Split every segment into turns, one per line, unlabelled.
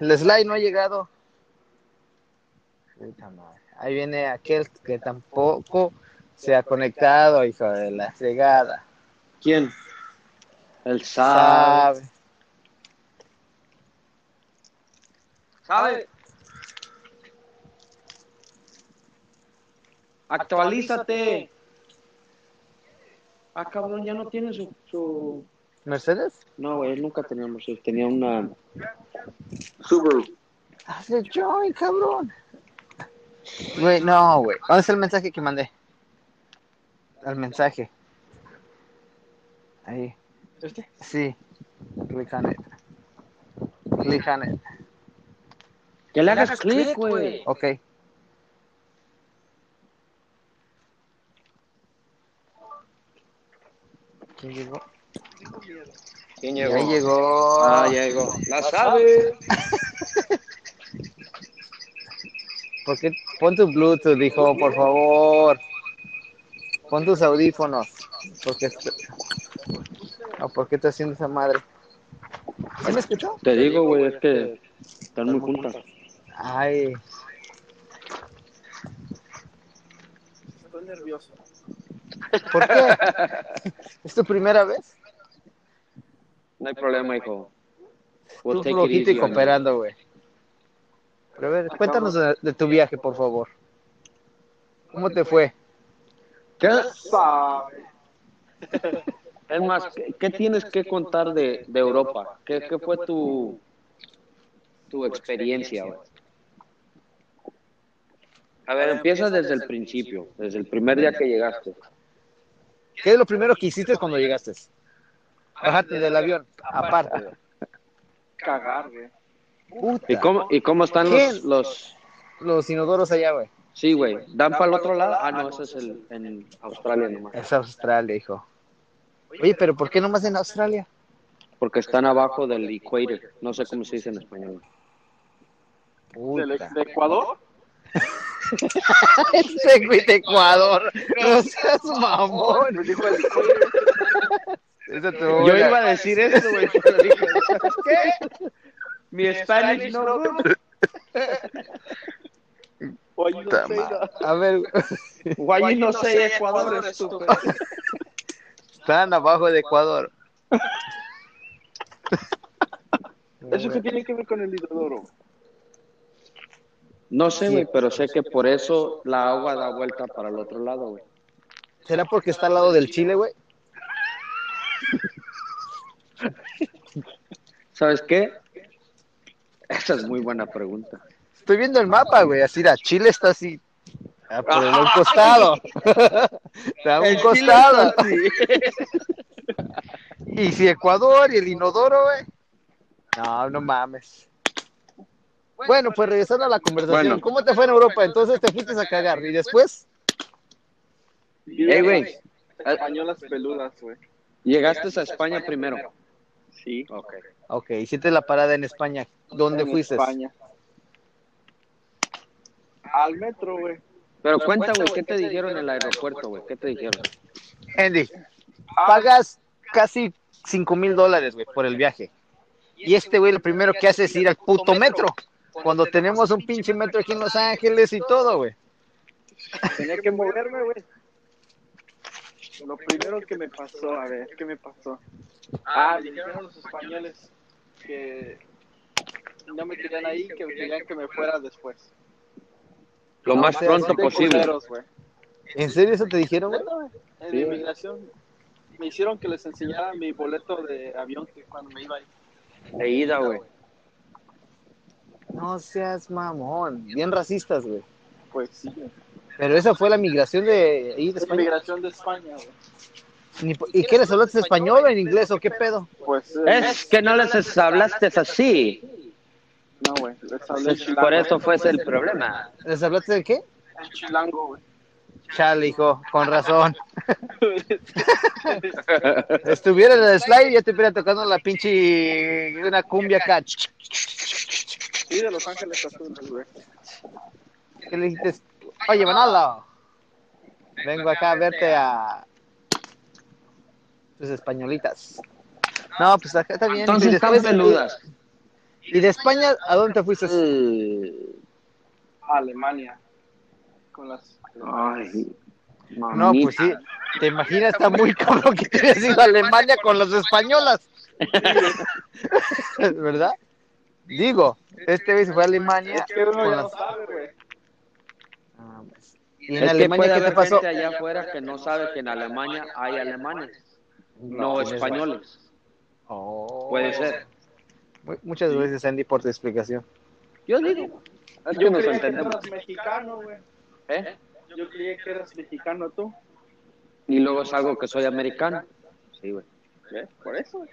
El slide no ha llegado. Puta madre. Ahí viene aquel que tampoco se ha conectado, hijo de la fregada.
¿Quién? El sabe. ¿Sabe? Actualízate. Ah, cabrón, ya no tiene su... su...
¿Mercedes?
No, güey, él nunca tenía Mercedes. Tenía una... Subaru.
Hace joy, cabrón. Güey, no, güey. ¿Dónde está el mensaje que mandé? El mensaje. Ahí.
¿Este?
Sí. Click on it. Click on it.
Que le hagas clic, güey.
Ok. ¿Quién llegó?
¿Quién
Ya llegó.
Ah, ya llegó. La sabe.
¿Por qué? Pon tu Bluetooth, dijo, por favor. Pon tus audífonos. Porque Ah, ¿Por qué está haciendo esa madre? ¿Sí me escuchó?
Te digo, güey, es que están muy juntas.
Ay,
Estoy nervioso.
¿por qué? ¿Es tu primera vez?
No hay problema, hijo. We'll
Tú
take it
flojito
easy
y
on it.
cooperando, güey. Pero a ver, cuéntanos de, de tu viaje, por favor. ¿Cómo te fue?
¿Qué?
Sabe.
Es más, ¿qué, qué tienes que contar de, de Europa? ¿Qué, qué fue tu, tu experiencia, güey? A ver, empieza desde el principio, desde el primer día que llegaste.
¿Qué es lo primero que hiciste cuando llegaste? Bájate del avión, aparte. güey.
Cagar, güey.
Puta,
¿Y cómo, y cómo están los,
¿Quién?
los...
los inodoros allá, güey.
Sí, güey, ¿dan para el otro lado? Ah, no, ese es el, en Australia nomás.
Es Australia, hijo. Oye, pero ¿por qué nomás en Australia?
Porque están abajo del equator, no sé cómo se dice en español.
¿Del
Puta.
de Ecuador?
Este güey de Ecuador. No seas mamón. Esa te voy a-
a decir eso, güey, pero dije, ¿sabes qué? Mi Spanish no good.
Oye, no
Puta
sé,
madre. A ver,
Why you no say Ecuador,
Ecuador,
estúpido?
están abajo de Ecuador.
¿Eso qué tiene que ver con el hidrodoro?
No sé, güey, pero sé que por eso la agua da vuelta para el otro lado, güey.
¿Será porque está al lado del Chile, güey?
¿Sabes qué? Esa es muy buena pregunta.
Estoy viendo el mapa, güey. Así, la Chile está así. Ah, pero de un costado. De un costado. Y si Ecuador y el inodoro, güey. No, no mames. Bueno, pues regresando a la conversación,
Bueno.
¿cómo te fue en Europa? Entonces te fuiste a cagar y después
Ey, güey,
Españolas peludas, güey.
llegaste a España primero.
Sí.
Ok.
Ok, hiciste la parada en España. ¿Dónde
En
fuiste?
España. Al metro, güey.
Pero cuenta, güey, ¿qué te dijeron en el aeropuerto, güey? ¿Qué te dijeron?
Andy, pagas casi 5 mil dólares, güey, por el viaje. Y este güey lo primero que hace es ir al puto metro. Cuando tenemos un pinche metro aquí en Los Ángeles y todo, güey.
Tenía que moverme, güey. Lo primero que me pasó, a ver, ¿qué me pasó? Ah, dijeron los españoles que no me querían ahí, que querían que me fuera después.
Lo más
sé,
pronto
Son de
posible.
culeros, güey.
¿En serio eso te dijeron, güey?
Neta, güey. En
Sí.
inmigración me hicieron que les enseñara mi boleto de avión que cuando me iba ahí.
De ida, güey.
No seas mamón. Bien racistas, güey.
Pues sí, güey.
Pero esa fue la migración de ahí de España.
inmigración de España, güey.
Ni po- ¿Y qué les hablaste español o en inglés o qué pedo?
Pues eh,
Es que no les hablaste así.
no, güey. Les hablé en chilango,
Por eso
güey.
fue ese el problema.
¿Les hablaste de qué?
En Pues, chilango, güey.
Chale, hijo, con razón. Estuviera en el slide y ya te hubiera tocando la pinche una cumbia acá.
Sí, de Los Ángeles Azules, güey.
¿Qué le dijiste? Oye, Manolo, vengo acá a verte a tus españolitas. No, pues acá está bien.
Entonces
Y
están
después-
peludas.
¿Y de España a dónde te fuiste?
Eh,
a Alemania. Con las.
Ay,
No, pues sí. ¿Te imaginas? Está muy cabrón que te hubieras ido a Alemania con las españolas. ¿Verdad? Digo, este vez se fue a Alemania
Es que uno
con
ya no
las...
sabe, güey.
Ah, pues. ¿Y en
Es que puede
Alemania qué te
haber
pasó?
gente allá afuera que no sabe que en Alemania hay alemanes, no
tienes
españoles.
Oh.
Puede ser.
Mu- Muchas gracias, Andy, por tu explicación.
Yo digo,
Yo
Yo nos
creía que
entendemos.
eras mexicano, güey.
¿eh?
Yo creía que eras mexicano tú.
Y luego salgo que soy americano. Sí, güey.
¿Eh? Por eso, güey.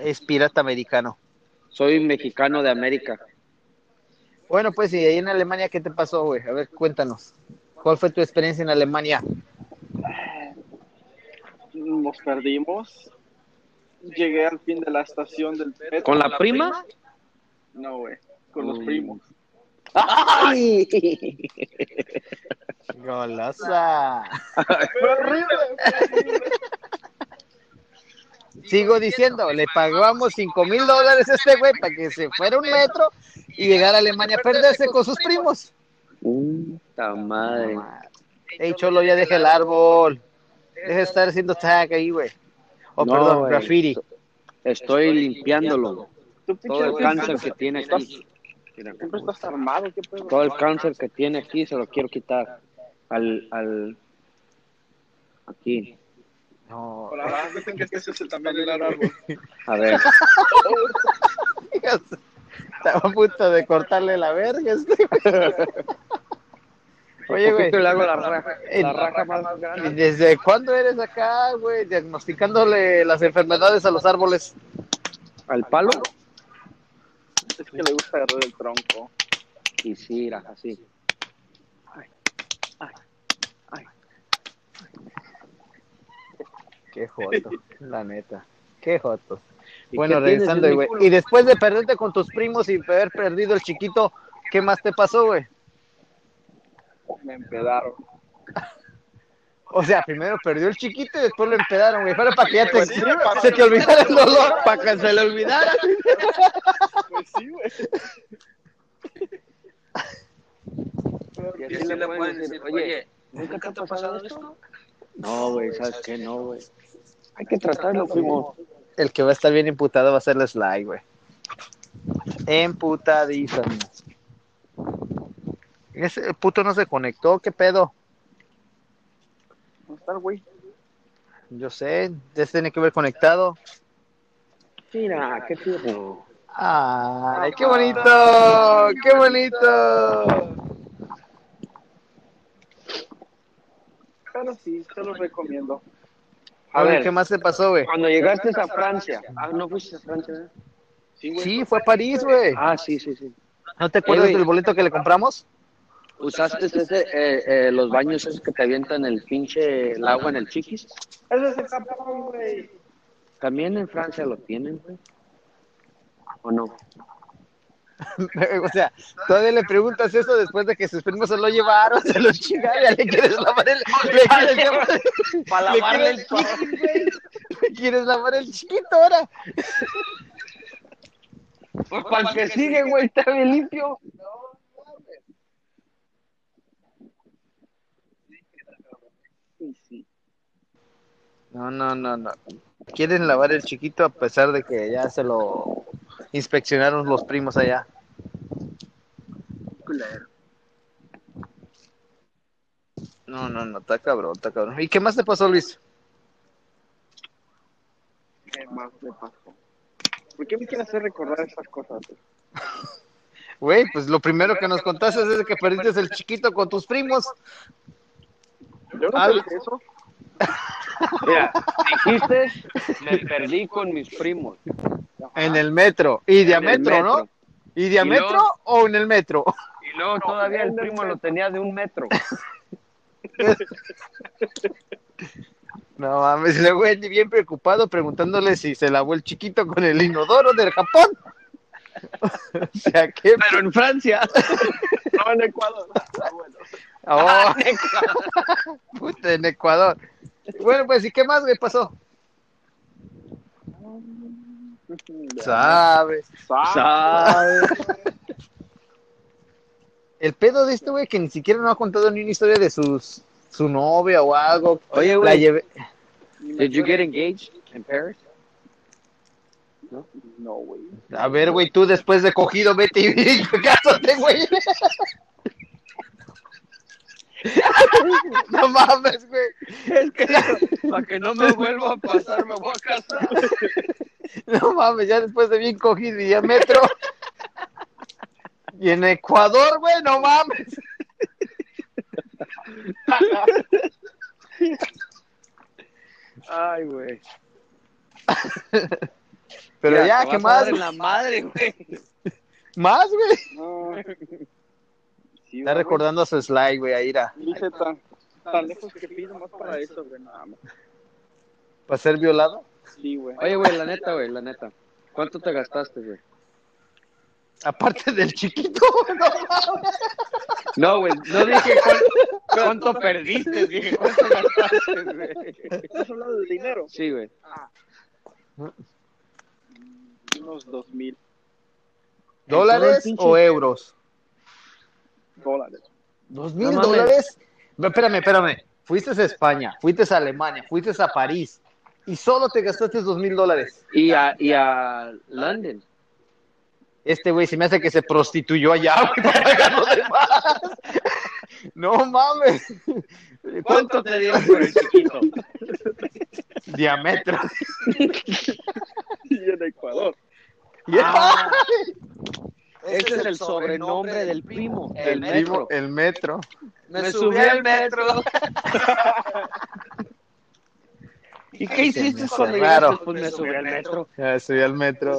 Es pirata americano.
Soy mexicano de América.
Bueno, pues, ¿y ahí en Alemania qué te pasó, güey? A ver, cuéntanos. ¿Cuál fue tu experiencia en Alemania?
nos perdimos. Llegué al fin de la estación del metro.
¿Con la prima?
No, güey. Con los
Mm.
primos.
¡Ay!
Golosa.
¡Fue horrible!
Sigo diciendo, le pagamos cinco mil dólares a este güey para que se fuera un metro y llegara a Alemania a perderse con sus primos.
Puta madre.
Ey, Cholo, ya deja el árbol. Deja de estar haciendo tag ahí, güey. Oh,
No,
perdón,
güey.
graffiti.
Estoy limpiándolo.
Tú pinche
Todo el
güey,
cáncer
siempre
que tiene
estás-
aquí. Mira,
Siempre estás armado, ¿qué pedo?
Todo el cáncer que tiene aquí se lo quiero quitar. Al, al, aquí.
No,
Por ahora dicen que ese es el tamaño del árbol.
A ver.
estaba a punto de cortarle la verga. Este. güey. Oye, güey.
Poquito le hago la raja,
Eh,
la raja más grande.
¿Y desde cuándo eres acá, güey, diagnosticándole las enfermedades a los árboles?
¿Al palo?
Es que le gusta agarrar el tronco.
Y sí, era así.
Qué joto, la neta. Qué joto.
¿Y
Bueno,
qué tienes
regresando,
en
güey.
mi culo?
Y después de perderte con tus primos y haber perdido el chiquito, ¿qué más te pasó, güey?
Me empedaron.
O sea, primero perdió el chiquito y después lo empedaron, güey. Fuera para que ya te,
Sí, güey, para
se
que
te
lo
olvidara el dolor, para que se le olvidara.
Pues sí, güey.
Y así le pueden decir, oye, ¿nunca te ha pasado esto? No, güey, ¿sabes qué? No, güey. Hay que tratarlo, primo.
El que va a estar bien imputado va a ser la Sly, güey. Emputadísimo. Ese puto no se conectó, ¿qué pedo?
¿Cómo está el güey?
Yo sé, ya se tiene que ver conectado.
Mira, qué tipo.
¡Ay, qué bonito! ¡Qué bonito!
Pero sí, te lo recomiendo.
A,
A
ver,
ver.
¿qué más te pasó, güey?
Cuando llegaste a Francia. Ah, ¿no fuiste a Francia? verdad?
Sí, güey. pues,
Sí, fue a París, güey.
Ah, sí, sí, sí.
¿No te acuerdas
güey.
del boleto que le compramos?
¿Usaste ese, eh, eh, los baños esos que te avientan el pinche el agua en el chiquis?
Ese es el campeón, güey.
¿También en Francia lo tienen, güey? ¿O no?
o sea, todavía le preguntas eso después de que sus primos se lo llevaron, se lo chingaron, ya le quieres lavar el... Le quieres lavar,
Para
le quieres- le quieres lavar el chiquito ahora.
Pues para el que sigue, güey, está bien limpio.
Sí, sí.
No, no, no, no. Quieren lavar el chiquito a pesar de que ya se lo inspeccionaron los primos allá. No, no, no, está cabrón, está cabrón. ¿Y qué más te pasó, Luis?
¿Qué más le pasó? ¿Por qué me quieres hacer recordar esas cosas? güey?
Güey, pues lo primero que nos contaste es que perdiste el chiquito con tus primos.
Yo
Ah,
no sé eso.
Mira, dijiste, me perdí con mis primos.
En el metro. Y diametro,
Ah. En el
¿no?
metro.
¿Y diametro
luego-
o en el metro?
Y luego todavía el primo lo tenía de un metro.
No mames, el güey bien preocupado preguntándole si se lavó el chiquito con el inodoro del Japón. o sea, qué...
Pero en Francia.
No, en Ecuador. Ah, bueno.
Oh, puta, en Ecuador. Bueno, pues, ¿y qué más, güey, pasó? Sabes.
¿Sabes?
El pedo de este güey que ni siquiera no ha contado ni una historia de sus su novia o algo.
Oye,
La
güey,
llevé.
did you get engaged in Paris?
No, güey.
A ver, güey, tú después de cogido, vete y cásate, güey. No mames, güey.
Es que para que no me vuelva a pasar me voy a casar.
No mames, ya después de bien cogido y ya metro. Y en Ecuador, güey, no mames.
Ay, güey.
Pero ya,
te
¿qué
vas a dar
más?
en la madre, güey.
Más, güey.
No. Sí,
Está
güey.
recordando a su slide, güey, Aira.
Dije tan, tan lejos que pido más para eso, güey. Nada más.
¿Para ser violado?
Sí, güey.
Oye, güey, la neta, güey, la neta. ¿Cuánto te gastaste, güey?
Aparte del chiquito, no mames.
No, güey, no dije cuánto, cuánto perdiste, dije cuánto gastaste, güey.
¿Estás hablando de dinero?
Sí, güey.
Unos dos mil
¿Dólares o euros?
dólares.
¿Dos mil
mames.
dólares? Ve, Espérame, espérame. Fuiste a España, fuiste a Alemania, fuiste a París y solo te gastaste dos mil dólares.
Y a, y a London.
Este güey se me hace que se prostituyó allá, güey, para ganar lo demás. No mames.
¿Cuánto te dieron por el chiquito?
Diámetro.
Y en Ecuador.
Ah,
Ese es el
sobrenombre del primo.
el primo, el metro.
Me subí al metro. ¿Y qué
Se me
hiciste
hace
cuando
raro.
llegaste? Pues me subí al metro.
Ya subí al metro.